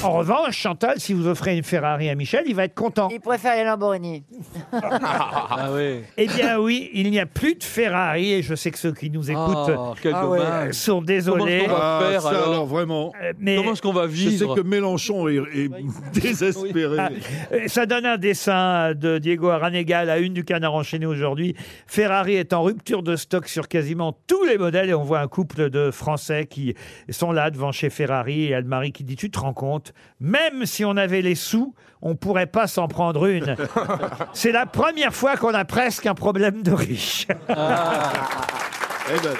en revanche, Chantal, si vous offrez une Ferrari à Michel, il va être content. Il préfère les Lamborghini. ah oui. Eh bien oui, il n'y a plus de Ferrari et je sais que ceux qui nous écoutent Ah, quel Ah ouais. euh, dommage. sont désolés. Comment on va Ah, faire, ça, alors alors, vraiment. euh, Mais Comment est-ce qu'on va Je sais vivre Ah que Mélenchon est, est désespéré. euh, ça donne un dessin de Diego Aranegal à la une du canard enchaîné aujourd'hui. Ferrari est en rupture de stock sur quasiment tous les modèles et on voit un couple de Français qui sont là devant chez Ferrari et Anne-Marie qui dit tu te rends compte, même si on avait les sous, on pourrait pas s'en prendre une. C'est la première fois qu'on a presque un problème de riche. Eh ben,